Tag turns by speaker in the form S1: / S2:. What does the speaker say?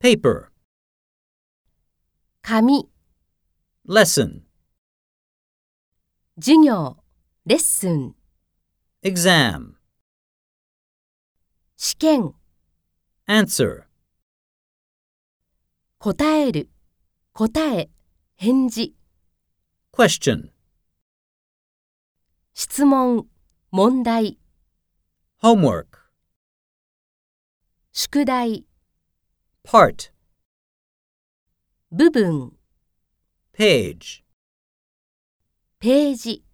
S1: paper,
S2: 紙、
S1: lesson,
S2: 授業、レッスン、
S1: exam,
S2: 試験、
S1: answer,
S2: 答える、答え、返事、
S1: question,
S2: 質問、問題、
S1: homework,
S2: 宿題、
S1: part,
S2: 部分、
S1: page.
S2: ページ。